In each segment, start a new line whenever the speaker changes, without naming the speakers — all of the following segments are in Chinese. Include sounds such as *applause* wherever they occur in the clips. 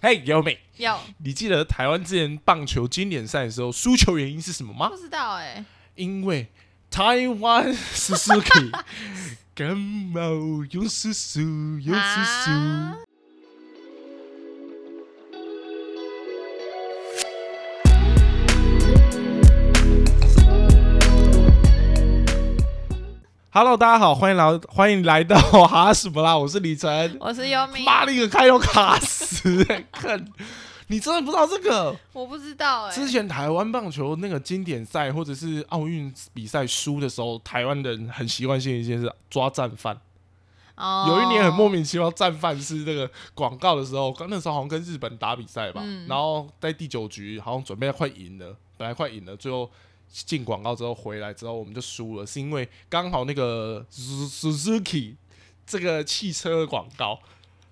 嘿，尤美，
有
你记得台湾之前棒球经典赛的时候，输球原因是什么吗
不？知道哎、
因为台湾 Suzuki 感冒用叔叔用叔
啊
叔。Hello，大家好，欢迎来欢迎来到哈什么啦？我是李晨。
我是优米，
妈的，一个开头卡死、 *laughs* 欸，看，你真的不知道这个？
我不知道哎、
之前台湾棒球那个经典赛或者是奥运比赛输的时候，台湾人很习惯性的一件事抓战犯。
哦
有一年很莫，名其妙，战犯是那个广告的时候，刚那时候好像跟日本打比赛吧，
嗯
然后在第九局好像准备快赢了，本来快赢了，最后进广告之后回来之后我们就输了，是因为刚好那个 Su- Suzuki 这个汽车的广告。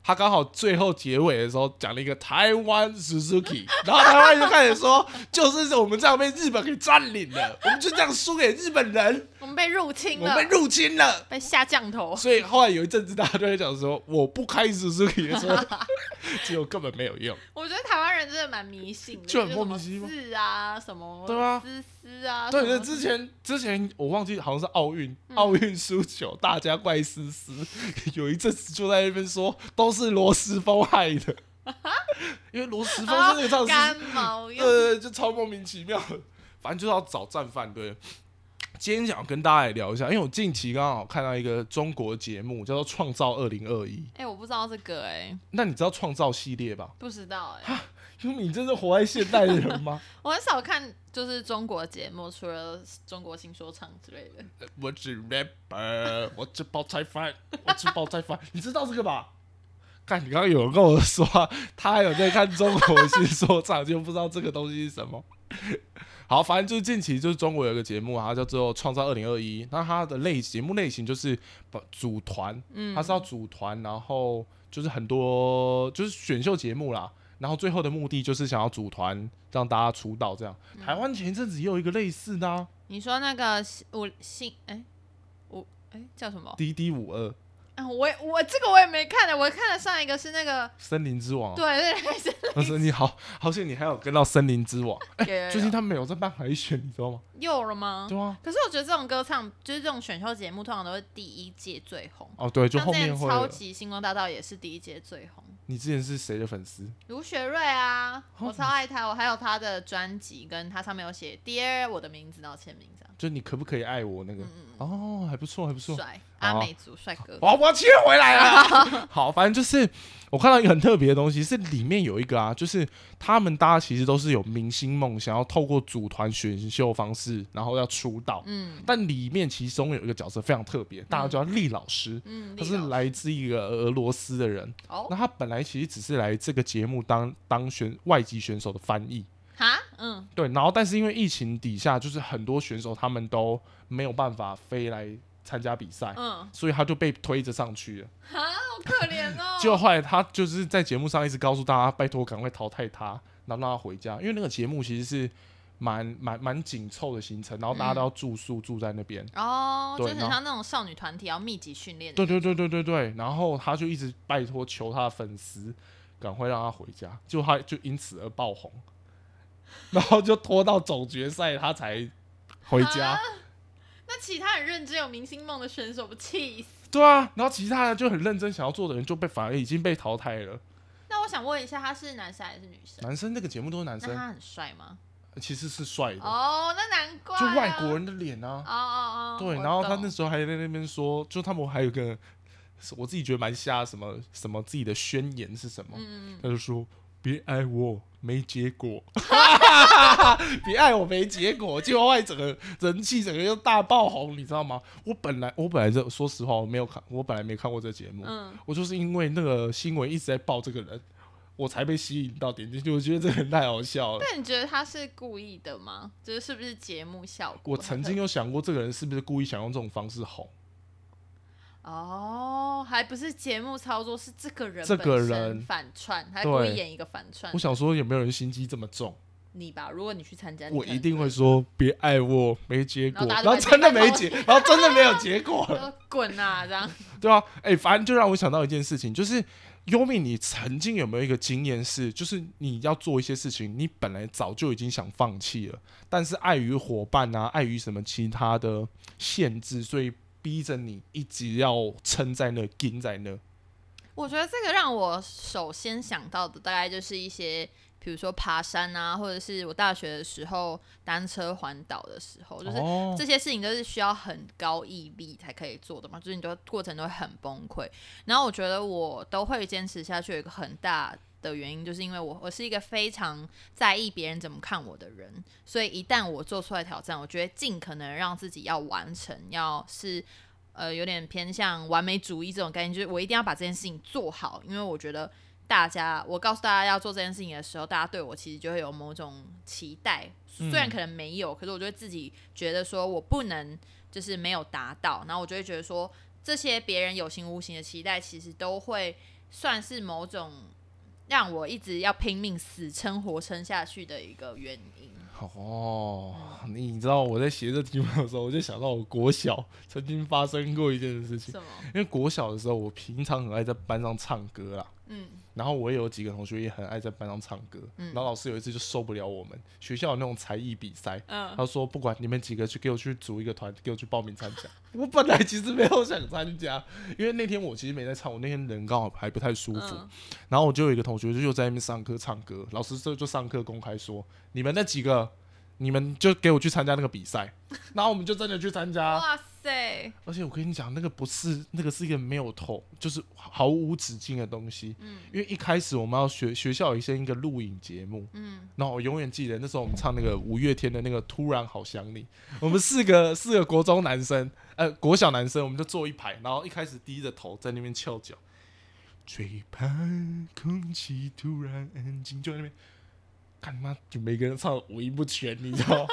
他刚好最后结尾的时候讲了一个台湾
*laughs*
Suzuki，然后台湾人就开始说，就是我们这样被日本给占领了，我们就这样输给日本
*laughs*
人，
我们被入侵
我
了，
们被入侵了。
被下降头，
所以后来有一阵子，大家都在讲说，我不开 Suzuki 的时候， *laughs* 结果根本没有用。
我觉得台湾人真的蛮迷信的，
就很莫名其妙
是啊，什么
对啊
思思啊，
对，
什
那
么嗯
之前之前我忘记好像是奥运，奥运输球，大家怪思思，有一阵子就在那边说都是罗斯峰害的，因为罗斯峰是那个唱
啊
师，
干毛又
呃，就超莫名其妙的，反正就是要找战犯对。今天想跟大家来聊一下，因为我近期刚好看到一个中国节目叫做《创造二零二一》，
哎、我不知道这个哎、
那你知道创造系列吧？
不知道哎、
因为你真是活在现代的人吗？
我很少看就是中国节目，除了中国新说唱之类的，
我只 rapper，我吃包菜饭， *laughs* 我吃包菜饭，你知道这个吧？看，你刚刚有人跟我说他还有在看中国新说唱，就不知道这个东西是什么。好，反正就是近期就是中国有一个节目啊，它叫做《创造二零二一》，那它的类节目类型就是把组团，
嗯
它是要组团，然后就是很多就是选秀节目啦，然后最后的目的就是想要组团让大家出道这样。台湾前一阵子也有一个类似的、啊，
你说那个五星哎五哎叫什么？
滴滴五二
啊，我也我这个我也没看的，我看的上一个是那个，
森林之王、啊，
对对
*laughs*
对，是
但是你好，好险你还有跟到森林之王。
那个
哎最近他们有在办海选，你知道吗？
又了吗？
对啊，
可是我觉得这种歌唱，就是这种选秀节目，通常都是第一届最红。
哦对，就
像
后
之前
面会
超
了。
级星光大道也是第一届最红，
你之前是谁的粉丝？
卢雪瑞啊，
哦
我超爱她，我还有她的专辑，跟她上面有写 Dear 我的名字，然后签名这样。
就你可不可以爱我那
嗯
个？哦，还不错，还不错。
帅，阿美族帅哥，
哇，我要切回来
*laughs*
了。好，反正就是我看到一个很特别的东西，是里面有一个啊，就是他们大家其实都是有明星梦，想要透过组团选秀方式，然后要出道。
嗯
但里面其中有一个角色非常特别，大家叫厉老师，
嗯，
他
李
是
老
来自一个俄罗斯的人。
哦
那他本来其实只是来这个节目当当选外籍选手的翻译，
哈，嗯
对。然后但是因为疫情底下，就是很多选手他们都没有办法飞来参加比赛，
嗯，
所以他就被推着上去了。
哈，好可怜哦， *laughs*
结果后来他就是在节目上一直告诉大家，拜托赶快淘汰他，然后让他回家，因为那个节目其实是蛮蛮蛮紧凑的行程，然后大家都要住宿、住在那边。
哦，就
对
是很
然后
像那种少女团体要密集训练的
对对对对对对，然后他就一直拜托求他的粉丝赶快让他回家，就他就因此而爆红， *laughs* 然后就拖到总决赛他才回家。
啊那其他很认真有明星梦的选手不气死？
对啊，然后其他的就很认真想要做的人就被反而已经被淘汰了。
那我想问一下，他是男生还是女生？
男生那个节目都是男
那
生，
他很帅吗？
其实是帅的，
啊哦，那难怪、
就外国。人的脸啊
哦。哦哦。
对，
我
然后他
懂
那时候还在那边说，就他们还有个是我自己觉得蛮瞎，什么什么自己的宣言是什么？
嗯，
他就说：“别爱我，没结果。 *laughs* 别爱我，没结果。”结果后来整个人气整个又大爆红，你知道吗？我本来我本来就说实话，我没有看，我本来没看过这节目，
嗯
我就是因为那个新闻一直在报这个人，我才被吸引到点进去。我觉得这个人太好笑了。
那你觉得他是故意的吗？就是是不是节目效果？
我曾经有想过，这个人是不是故意想用这种方式红？
哦，还不是节目操作，是这个人
这个
本身
人
反串，他
对
故意演一个反串
我。想说，有没有人心机这么重？
你吧，如果你去参加，
我一定会说别爱我，没结果。
嗯然
然
后
后
大家
真
都
的
会
没结，然后真的没有结果
你可
了。 *laughs*
能说滚啊这样。
对啊，哎、反正就让我想到一件事情，就是优米，你曾经有没有一个经验是，就是你要做一些事情，你本来早就已经想放弃了，但是碍于伙伴啊，碍于什么其他的限制，所以逼着你一直要撑在那，盯在那。
我觉得这个让我首先想到的大概就是一些，比如说爬山啊，或者是我大学的时候单车环岛的时候，就是
哦，
这些事情都是需要很高毅力才可以做的嘛，就是你的过程都会很崩溃。然后我觉得我都会坚持下去，有一个很大的原因，就是因为我我是一个非常在意别人怎么看我的人，所以一旦我做出来挑战，我觉得尽可能让自己要完成，要是。呃，有点偏向完美主义这种概念，就是我一定要把这件事情做好，因为我觉得大家，我告诉大家要做这件事情的时候，大家对我其实就会有某种期待，虽然可能没有，可是我就会自己觉得说我不能就是没有达到，然后我就会觉得说这些别人有形无形的期待，其实都会算是某种让我一直要拼命死撑活撑下去的一个原因。
哦，你知道我在写这题目的时候，我就想到我国小曾经发生过一件事情，
什么？
因为国小的时候，我平常很爱在班上唱歌啦。
嗯，
然后我也有几个同学也很爱在班上唱歌，
嗯
然后老师有一次就受不了我们学校有那种才艺比赛，
嗯
他说不管你们几个去给我去组一个团，给我去报名参加。 *laughs* 我本来其实没有想参加，因为那天我其实没在唱，我那天人刚好还不太舒服，
嗯
然后我就有一个同学就又在那边上课唱歌，老师就就上课公开说你们那几个。你们就给我去参加那个比赛，然后我们就真的去参加。
哇塞，
而且我跟你讲，那个不是那个是一个没有头，就是毫无止境的东西。
嗯
因为一开始我们要学学校有一些一个录影节目，
嗯，
然后我永远记得那时候我们唱那个五月天的那个《突然好想你》， *laughs* 我们四个四个国中男生，呃，国小男生，我们就坐一排，然后一开始低着头在那边翘脚，最怕空气突然安静，就在那边，干他妈就每个人唱得五音不全，你知道吗？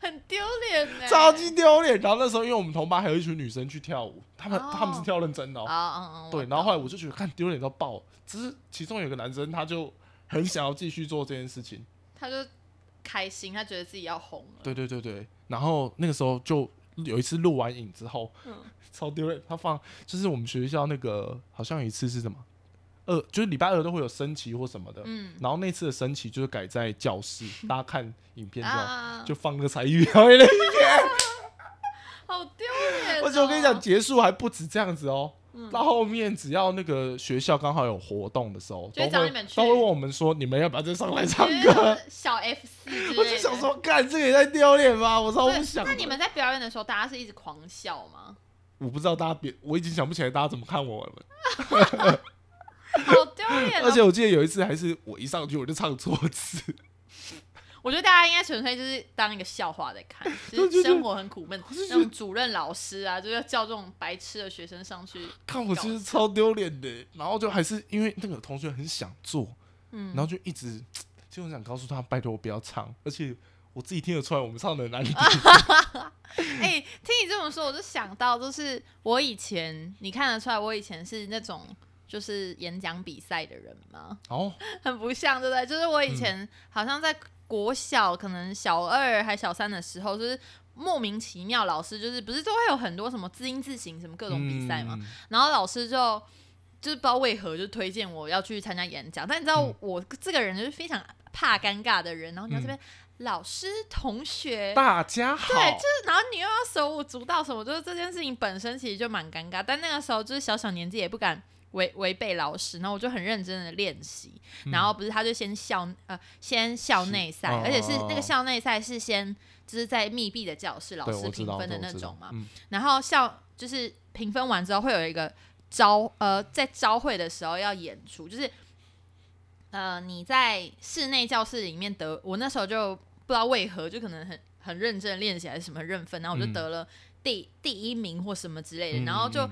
很丢脸呢。
超级丢脸。然后那时候因为我们同班还有一群女生去跳舞，她们、
哦
她们是跳认真的、哦，
啊，嗯嗯，
对，然后后来我就觉得看丢脸到爆，只是其中有个男生他就很想要继续做这件事情，
他就开心，他觉得自己要红了。
对对对对，然后那个时候就有一次录完影之后，
嗯
超丢脸，他放就是我们学校那个好像有一次是什么二，就是礼拜二都会有升旗或什么的，
嗯，
然后那次的升旗就是改在教
*laughs*
室，大家看影片之后、
啊，
就放那个才艺表演的
好丢脸哦。嗯
而且我跟你讲，结束还不止这样子哦。到后面只要那个学校刚好有活动的时候，
就
都会
会找你们去
都会问我们说你们要不要再上来唱
因为
歌
我？是小 F 四之类
*laughs*
的，
我就想说，干这个也太丢脸吧！我超
对，
不想的。
那你们在表演的时候，大家是一直狂笑
*laughs*
吗？
我不知道大家别，我已经想不起来大家怎么看我了。
好丢脸、哦！
而且我记得有一次还是我一上去我就唱错
*laughs*
词，
我觉得大家应该纯粹就是当一个笑话在
*laughs*
看，
我
就
就是觉得
生活很苦闷，
就觉
那
得
种主任老师啊，就是要叫这种白痴的学生上去，
看我其实超丢脸的。然后就还是因为那个同学很想做，
嗯
然后就一直就很想告诉他，拜托我不要唱，而且我自己听得出来我们唱的难
啊
听。
哎、听你这么说，我就想到，就是我以前，你看得出来，我以前是那种就是演讲比赛的人吗？ *laughs*
哦，
很不像，对不对？就是我以前好像在国小，可能小二还小三的时候，就是莫名其妙，老师就是不是都会有很多什么字音字形什么各
各
种比赛
嗯
嘛，然后老师就就是不知道为何就推荐我要去参加演讲，但你知道
嗯
我这个人就是非常怕尴尬的人，然后你要这边、老师同学。
大家好，
对，就是，然后你又要手舞足蹈什么，就是这件事情本身其实就蛮尴尬，但那个时候就是小小年纪也不敢违违背老师，然后我就很认真的练习，然后不是他就先校呃先校内
嗯
赛，
是哦
而且是
哦哦
那个校内赛是先就是在密闭的教室老
对
师
我知
评
道
分的
对我
那
知道
种嘛，
嗯
然后校就是评分完之后会有一个招呃，在招会的时候要演出，就是呃你在室内教室里面得，我那时候就不知道为何就可能很很认真地练习还是什么认分，然后我就
嗯
得了第、第一名或什么之类的，
嗯
然后就
嗯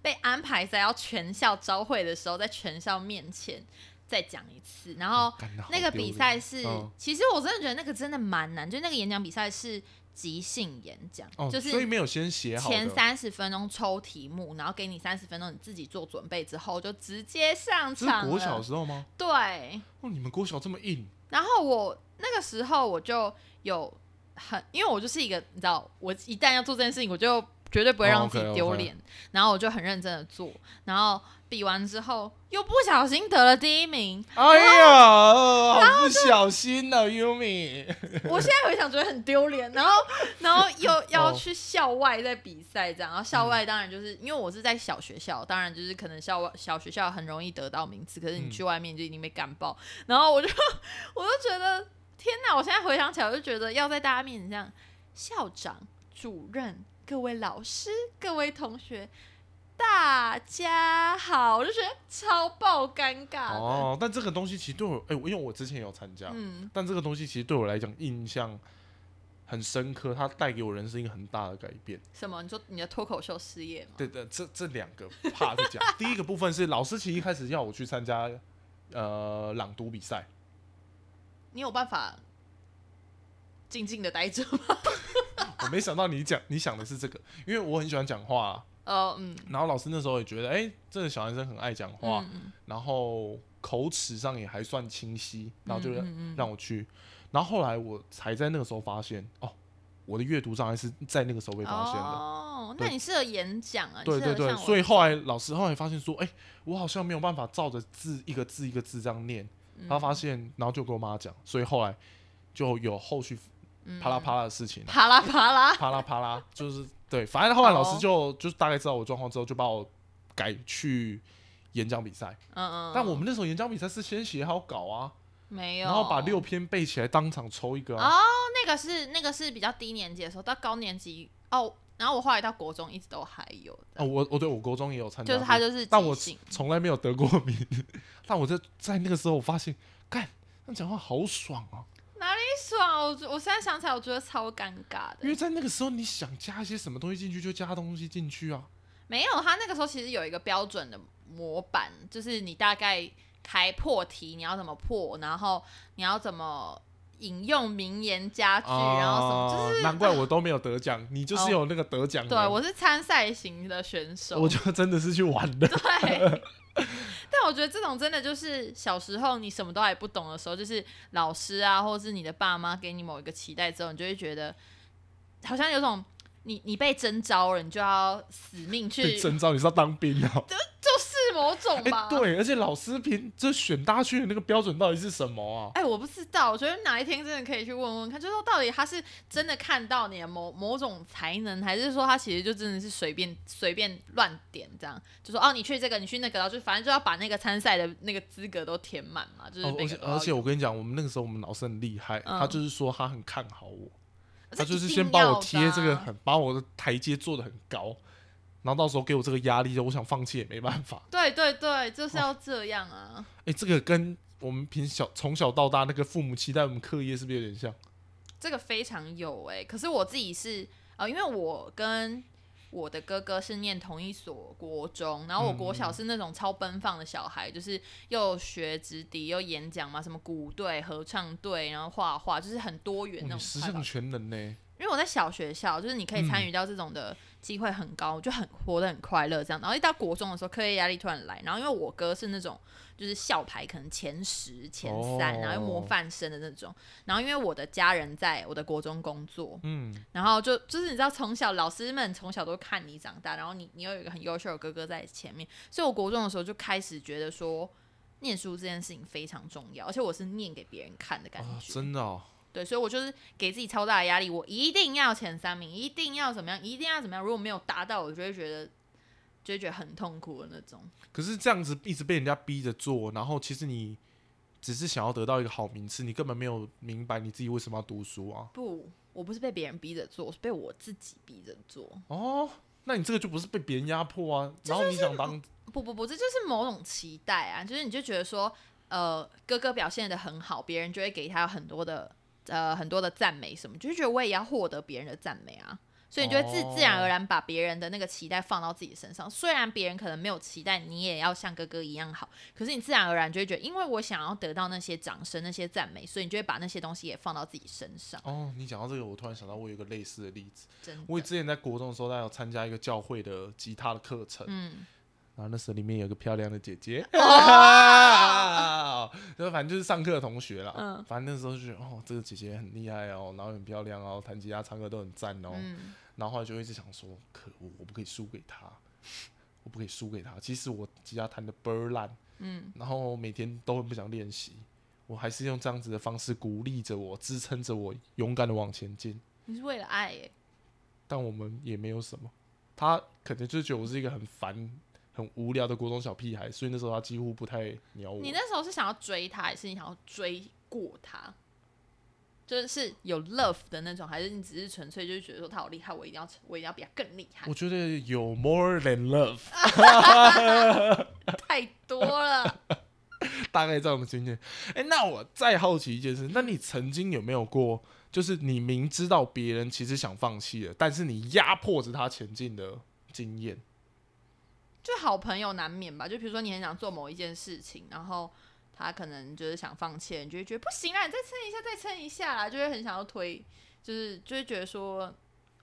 被安排在要全校招会的时候，在全校面前再讲一次，然后
干哦得好
那个
丢
比
脸
赛是，
嗯
其实我真的觉得那个真的蛮难，就那个演讲比赛是即兴演讲，
哦，
就是
所以没有先写好的
前三十分钟抽题目，然后给你三十分钟你自己做准备，之后就直接上
这是
场
国小的
了。
时候吗？
对，
哦，你们国小这么硬，
然后我那个时候我就有很，因为我就是一个你知道，我一旦要做这件事情，我就绝对不会让自
哦
己
，OK，OK
丢脸然后我就很认真的做，然后比完之后又不小心得了第一名，
哎呀，哦好不小心呢，Yumi。
我现在回想觉得很丢脸，然后 *laughs* 然后又要
哦
去校外在比赛这样，然后校外当然就是、因为我是在小学校，当然就是可能校外小学校很容易得到名次，可是你
嗯
去外面就已经被干爆，然后我就 *laughs* 我就觉得天哪！我现在回想起来，我就觉得要在大家面前这样，校长、主任、各位老师、各位同学。大家好，我就觉得超爆尴尬的。
哦，但这个东西其实对我，哎、因为我之前也有参加，
嗯，
但这个东西其实对我来讲印象很深刻，它带给我人生一个很大的改变。
什么？你说你的脱口秀事业吗？
对对，这这两个怕是
*laughs*
讲，第一个部分是老师其实一开始要我去参加呃朗读比赛，
你有办法静静的待 *laughs* 着吗？
我没想到你讲你想的是这个，因为我很喜欢讲话啊、
哦，嗯，
然后老师那时候也觉得，哎、这个小男生很爱讲话，
嗯，
然后口齿上也还算清晰，然后就
嗯嗯嗯
让我去。然后后来我才在那个时候发现，哦，我的阅读障碍是在那个时候被发现的。
哦，那
对
你适合演讲啊，你
对
适
对
合
对，
像我
所以后来老师后来发现说，哎、我好像没有办法照着字一个字一个字这样念。
嗯
他发现，然后就跟我妈讲，所以后来就有后续啪啦啪啦的事情，
嗯啪啦啪啦，
啪啦啪啦，就是对，反正后来老师
哦
就、就是大概知道我状况之后，就把我改去演讲比赛。
嗯嗯，哎
但我们那时候演讲比赛是先写好稿啊，
没有，
然后把六篇背起来，当场抽一个啊。
哦，那个是那个是比较低年级的时候，到高年级哦，然后我后来到国中一直都还有
哦，
的，
我我对我国中也有参加
啊就
过，
是他就是
但我
即兴
从来没有得过名。但我在在那个时候，我发现，干，那讲话好爽哦、
哪里爽，啊我觉我现在想起来我觉得超尴尬
因为
的，
在那个时候，你想加一些什么东西进去就加东西进去啊。
没有，他那个时候其实有一个标准的模板，就是你大概开破题，你要怎么破，然后你要怎么引用名言佳句，然后什么，啊就
啊
是哦
难怪我都没有得奖，你就是有那个得奖的。
对啊我是参赛型的选手，
我就真的是去玩的。
对。 *laughs* 但我觉得这种真的就是小时候你什么都还不懂的时候，就是老师啊，或者是你的爸妈给你某一个期待之后，你就会觉得好像有种你你被征召了，你就要死命去，
被
就
征召你是要当兵
*laughs*
啊？
是某种
哎、
吧。
对，而且老师评这选大区的那个标准到底是什么啊？
哎、我不知道，我觉得哪一天真的可以去问问看，就是说到底他是真的看到你的某某种才能，还是说他其实就真的是随便随便乱点这样，就说哦你去这个你去那个，然后就反正就要把那个参赛的那个资格都填满嘛，就是
哦，
每
而
个
且
都要
而且
有
我跟你讲，我们那个时候我们老师很厉害，
嗯
他就是说他很看好我，他
这
就
一
是
定
先帮
要
我
的
贴这个
啊
很，把我的台阶做的很高，然后到时候给我这个压力，我想放弃也没办法。 *laughs*
对对对，就是
哦
要这样啊。
哎、这个跟我们平小从小到大那个父母期待我们课业是不是有点像？
这个非常有哎、可是我自己是呃，因为我跟我的哥哥是念同一所国中，然后我国
嗯
小是那种超奔放的小孩，就是又学直笛又演讲嘛，什么鼓队、合唱队，然后画画，就是很多元
哇
那
你
种
十
快乐
项全能呢、
因为我在小学校，就是你可以参
嗯
与到这种的机会很高，我就很活得很快乐这样。然后一到国中的时候，课业压力突然来，然后因为我哥是那种就是校排可能前十、前三，
哦
然后又模范生的那种。然后因为我的家人在我的国中工作，
嗯，
然后就就是你知道从小老师们从小都看你长大，然后你你又有一个很优秀的哥哥在前面，所以我国中的时候就开始觉得说。念书这件事情非常重要，而且我是念给别人看的感觉。
啊，真的、哦，
对，所以我就是给自己超大的压力，我一定要前三名，一定要怎么样，一定要怎么样。如果没有达到，我就会觉得，就会觉得很痛苦的那种。
可是这样子一直被人家逼着做，然后其实你只是想要得到一个好名次，你根本没有明白你自己为什么要读书啊。
不，我不是被别人逼着做，我是被我自己逼着做。
哦，那你这个就不是被别人压迫啊，然后你想当
不不不，这就是某种期待啊，就是你就觉得说，呃，哥哥表现的很好，别人就会给他很多的呃很多的赞美什么，就是觉得我也要获得别人的赞美啊。所以你就会自
哦
自然而然把别人的那个期待放到自己身上，虽然别人可能没有期待你也要像哥哥一样好，可是你自然而然就会觉得，因为我想要得到那些掌声、那些赞美，所以你就会把那些东西也放到自己身上。
哦，你讲到这个，我突然想到我有一个类似的例子。
真
我
的，
之前在国中的时候，大家有参加一个教会的吉他的课程，
嗯，
然后那时候里面有个漂亮的姐姐，
哦
然后反正 *laughs* 就是上课的同学啦。
嗯
反正那时候就觉得哦，这个姐姐很厉害哦，然后很漂亮哦，弹吉他、唱歌都很赞哦。
嗯，
然后后来就一直想说，可恶，我不可以输给她。我不可以输给他。即使我吉他弹的倍儿烂，
嗯，
然后每天都很不想练习，我还是用这样子的方式鼓励着我，支撑着我，勇敢的往前进。
你是为了爱耶、
但我们也没有什么，他可能就觉得我是一个很烦、很无聊的国中小屁孩，所以那时候他几乎不太鸟我。
你那时候是想要追他，还是你想要追过他？就是是有 love 的那种，还是你只是纯粹就是觉得说他好厉害，我一定要成我一定要比他更厉害
我？觉得有 more than love， *laughs*
*laughs* 太多了，
大概这样的经验。哎、那我再好奇一件事，那你曾经有没有过，就是你明知道别人其实想放弃了，但是你压迫着他前进的经验？
就好朋友难免吧。就比如说你很想做某一件事情，然后他可能就是想放弃，你就会觉得不行啊啦，你再撑一下，再撑一下啦，就会很想要推，就是就会觉得说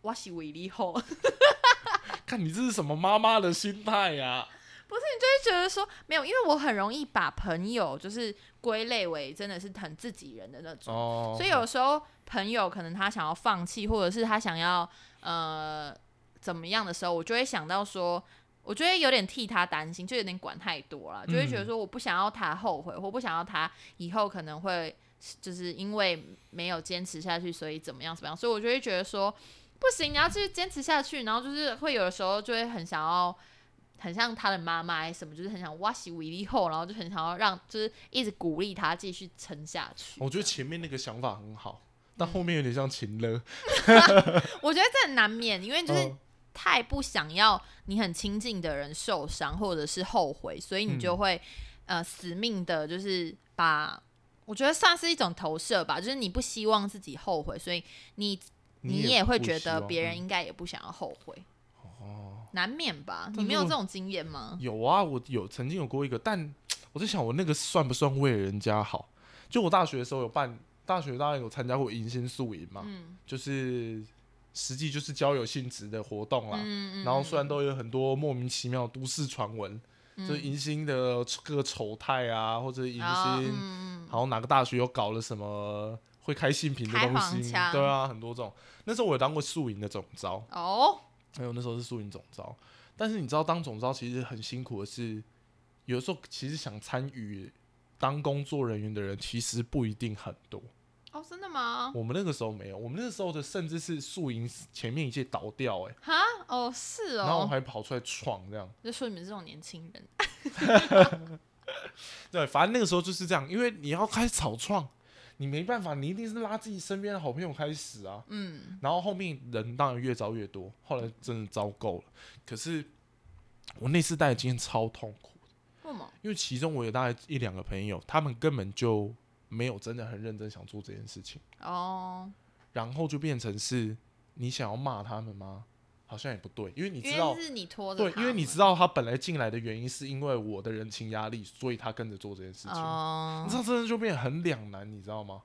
哇西维力后， *laughs* 就
看你这是什么妈妈的心态啊呀、
会觉得说没有，因为我很容易把朋友就是归类为真的是很自己人的那种。
哦，
所以有嗯时候朋友可能他想要放弃，或者是他想要呃怎么样的时候，我就会想到说，我觉得有点替他担心，就有点管太多了，就会觉得说我不想要他后悔，或不想要他以后可能会就是因为没有坚持下去，所以怎么样怎么样，所以我就会觉得说不行，你要继续坚持下去，然后就是会有的时候就会很想要。很像他的妈妈还是什么，就是很想挖起威力后，然后就很想要让，就是一直鼓励他继续撑下去。
我觉得前面那个想法很好，但后面有点像情勒，
我觉得这很难免，因为就是
哦
太不想要你很亲近的人受伤或者是后悔，所以你
嗯
就会、呃死命的，就是把我觉得算是一种投射吧，就是你不希望自己后悔，所以你你
也
会
不
觉
希
得
望
别人
嗯
应该也不想要后悔，
哦
难免吧？
但
你没有
如
这
果
种经验吗？
有啊，我有曾经有过一个，但我在想我那个算不算为了人家好？就我大学的时候有办，大学当然有参加过迎新宿营嘛，
嗯
就是实际就是交友性质的活动啦。
嗯，
然后虽然都有很多莫名其妙的都市传闻，
嗯
就是迎新的各个丑态啊，或者迎新、
啊嗯，
好像哪个大学有搞了什么会开性平的
开
东
黄
西，
腔
对啊，很多这种。那时候我有当过宿营的总招，
哦，
还有那时候是宿营总招，但是你知道当总招其实很辛苦的是，有时候其实想参与当工作人员的人其实不一定很多。
哦，真的吗？
我们那个时候没有，我们那个时候的甚至是宿营前面一届倒掉、欸，
哈，哦，是
然后我
哦，
还跑出来闯这样。
就说你们这种年轻人，
对，反正那个时候就是这样，因为你要开始草创，你没办法，你一定是拉自己身边的好朋友开始啊。
嗯，
然后后面人当然越招越多，后来真的招够了。可是我那次带的经验超痛苦，
为什么？
因为其中我有大概一两个朋友，他们根本就没有真的很认真想做这件事情，
哦，
然后就变成是你想要骂他们吗？好像也不对，因为你知
因
道
为，是你拖着
对，
他
因为你
们
知道他本来进来的原因是因为我的人情压力，所以他跟着做这件事情。
哦
你知道，真的就变得很两难，你知道吗？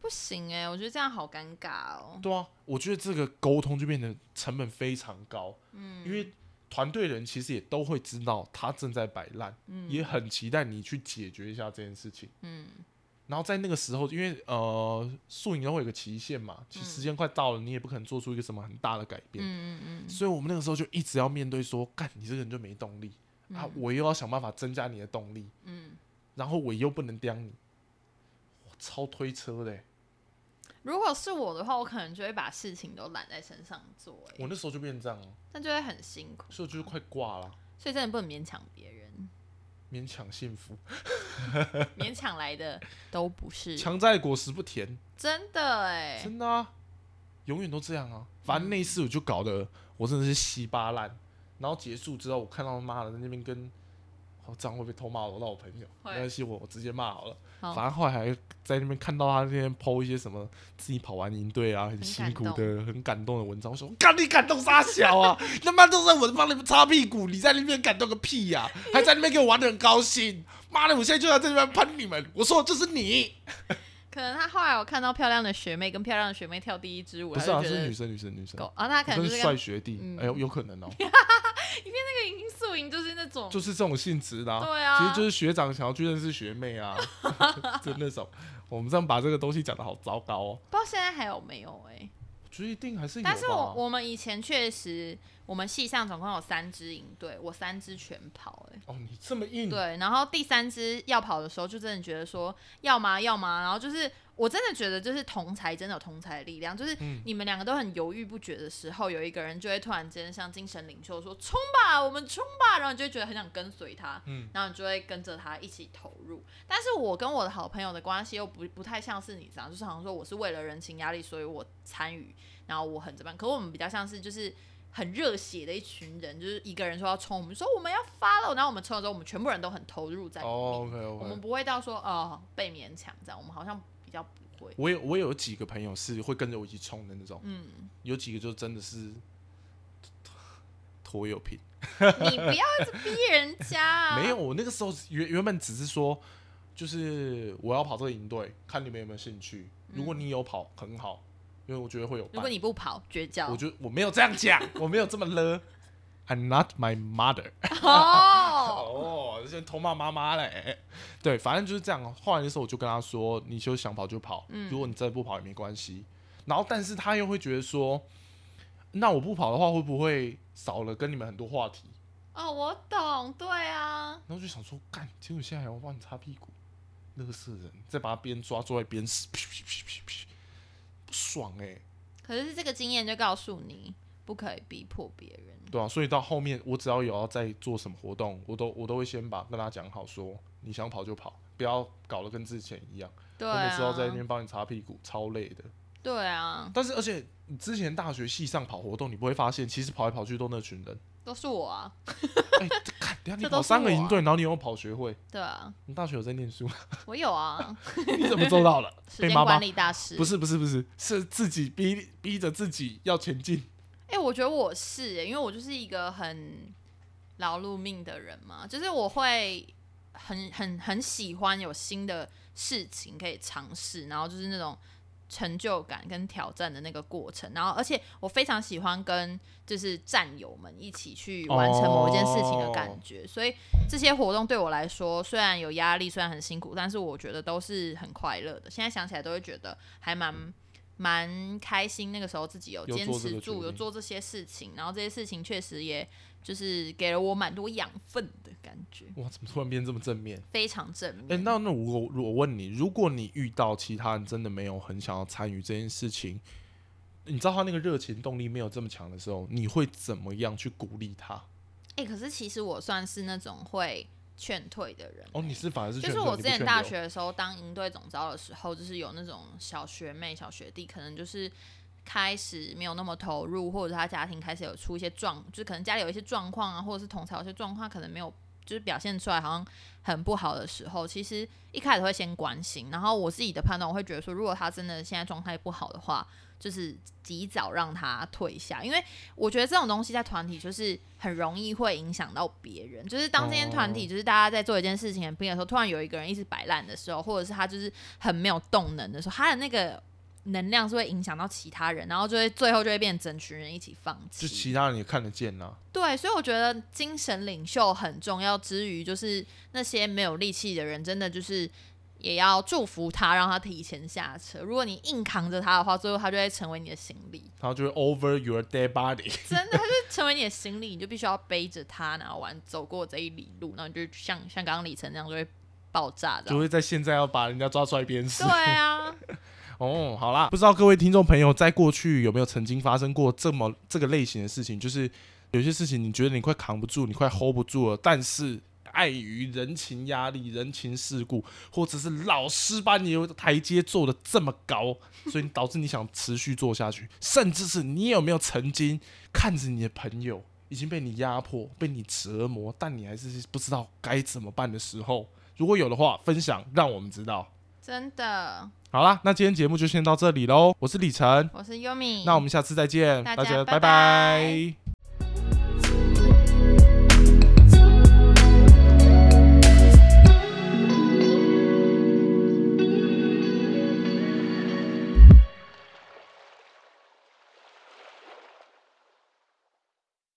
不行哎、我觉得这样好尴尬哦。
对啊，我觉得这个沟通就变得成本非常高，嗯，因为团队人其实也都会知道他正在摆烂，嗯，也很期待你去解决一下这件事情，
嗯，
然后在那个时候，因为呃，宿营都会有个期限嘛，其实时间快到了，你也不可能做出一个什么很大的改变，
嗯嗯
所以我们那个时候就一直要面对说，干你这个人就没动力、啊，我又要想办法增加你的动力，
嗯
然后我又不能刁你，我超推车的欸、
嗯，如果是我的话，我可能就会把事情都揽在身上做、欸，
我那时候就变这样了，哦
但就会很辛苦，
所以我就是快挂了，
所以真的不能勉强别人，
勉强幸福。
勉强来的都不是
强摘的果实不甜，
真的哎、嗯
真的啊，永远都这样啊。反正那一次我就搞得我真的是稀巴烂。然后结束之后，我看到妈的在那边跟，哦，这样会不会偷骂我到我朋友？
会
没关系，我我直接骂好了。
好
反正后来还在那边看到他那边 PO 一些什么自己跑完营队啊，很辛苦
感
的、很感动的文章，我说干你感动啥小
*laughs*
啊？他妈都在我帮你们擦屁股，你在那边感动个屁
*laughs*
呀、还在那边给我玩的很高兴，妈的，我现在就要在这边喷你们，我说的就是你。
可能他后来我看到漂亮的学妹跟漂亮的学妹跳第一支舞，
不是啊，
他就觉
是女
得
生，女生，女生
狗，。啊，他可
真
能
是
是
帅
跟
学弟，
嗯
哎、有有可能哦、
那个银素营就是那
*laughs*
种，
就是这种性质的、
哦对啊
其实就是学长想要去认识学妹
*laughs*
啊，就那种。我们这样把这个东西讲的好糟糕哦、
不知道现在还有没有哎、
我觉得一定还是有吧。
但是我我们以前确实我们系上总共有三支营队，我三支全跑、欸，
哦，你这么硬，
对，然后第三支要跑的时候，就真的觉得说要吗要吗，然后就是我真的觉得就是同才真的有同才的力量，就是你们两个都很犹豫不决的时候，有一个人就会突然间像精神领袖说冲吧，我们冲吧，然后你就会觉得很想跟随他，
嗯
然后你就会跟着他一起投入。但是我跟我的好朋友的关系又不不太像是你这样，就是好像说我是为了人情压力，所以我参与，然后我很怎么样，可我们比较像是就是。很热血的一群人，就是一个人说要冲，我们说我们要 follow，然后我们冲的时候，我们全部人都很投入在里面。
哦，OK
我们
OK，
不会到说哦被勉强这样，我们好像比较不会。
我有我有几个朋友是会跟着我一起冲的那种，
嗯，
有几个就真的是拖油瓶。
你不要一直逼人家、
*laughs*
啊。
没有，，我那个时候原原本只是说，就是我要跑这个营队，看你们有没有兴趣。如
嗯
果你有跑，很好，因为我觉得会有
如
伴
果。你不跑，绝交。
我觉得我 *laughs* 没有这样讲，我没有这么了。I'm not my mother。
哦，
哦，这偷骂妈妈嘞。对，反正就是这样。后来的时候，我就跟他说，你就想跑就跑，如果你真的不跑也没关系。然后，但是他又会觉得说，那我不跑的话，会不会少了跟你们很多话题？
哦，我懂，对啊，
然后就想说，干，结果现在还要帮你擦屁股，乐色人，再把他边抓坐在边死，噗噗噗噗噗不爽哎、
可是这个经验就告诉你，不可以逼迫别人。
对啊，所以到后面我只要有要再做什么活动，我都我都会先把跟他讲好说，你想跑就跑，不要搞得跟之前一样，
对
我每
啊
次，都在那边帮你擦屁股，超累的。
对啊，
但是而且你之前大学系上跑活动，你不会发现其实跑来跑去都那群人，
都是我啊，
哎、这看等一下
这
你
都
跑
是
三个
我
营
啊
队，然后你有跑学会，
对啊，
你大学有在念书吗， *laughs*
我有啊，
你怎么做到了？*laughs*
时
被
间
妈妈
管理大师。
不，是不是不是，是自己逼逼着自己要前进。
哎、我觉得我是、哎因为我就是一个很劳碌命的人嘛，就是我会很很很喜欢有新的事情可以尝试，然后就是那种成就感跟挑战的那个过程，然后而且我非常喜欢跟就是战友们一起去完成某一件事情的感觉，所以这些活动对我来说虽然有压力，虽然很辛苦，但是我觉得都是很快乐的。现在想起来都会觉得还蛮。蛮开心，那个时候自己有
嗯有
坚
做这
持
个决
住，有
定
做这些事情，然后这些事情确实也就是给了我蛮多养分的感觉，
哇，怎么突然变这么正面？
非常正面。
哎、那那我我问你，如果你遇到其他人真的没有很想要参与这件事情，你知道他那个热情动力没有这么强的时候，你会怎么样去鼓励他？
哎、可是其实我算是那种会劝退的人。欸
哦，你是反而是
就
劝
是
退哦
我
你
之
不
前
劝
大
留
学的时候当营队总招的时候，就是有那种小学妹、小学弟，可能就是开始没有那么投入，或者他家庭开始有出一些状，就是可能家里有一些状况啊，或者是同才有些状况，可能没有就是表现出来好像很不好的时候，其实一开始会先关心，然后我自己的判断我会觉得说，如果他真的现在状态不好的话，就是及早让他退下，因为我觉得这种东西在团体就是很容易会影响到别人，就是当这些团体
哦
就是大家在做一件事情很拼的时候，突然有一个人一直摆烂的时候，或者是他就是很没有动能的时候，他的那个。能量是会影响到其他人，然后就会最后就会变成整群人一起放弃。
就其他人也看得见啦、
对，所以我觉得精神领袖很重要。之余，就是那些没有力气的人，真的就是也要祝福他，让他提前下车。如果你硬扛着他的话，最后他就会成为你的行李，
然后就会 over your dead body。
真的，他就成为你的行李，你就必须要背着他，然后完走过这一里路，然后你就像像刚刚李晨那样就会爆炸这
就
样。
会在现在要把人家抓出来鞭尸
对。啊，
哦，好啦，不知道各位听众朋友在过去有没有曾经发生过这么这个类型的事情？就是有些事情你觉得你快扛不住，你快 hold 不住了，但是呃碍于人情压力、人情世故，或者是老师把你的台阶做的这么高，所以导致你想持续做下去，甚至是你有没有曾经看着你的朋友已经被你压迫、被你折磨，但你还是不知道该怎么办的时候？如果有的话，分享让我们知道。
真的，
好啦，那今天节目就先到这里喽。我是李晨，
我是优米，
那我们下次再见，
嗯大
大
家
家
拜
拜
拜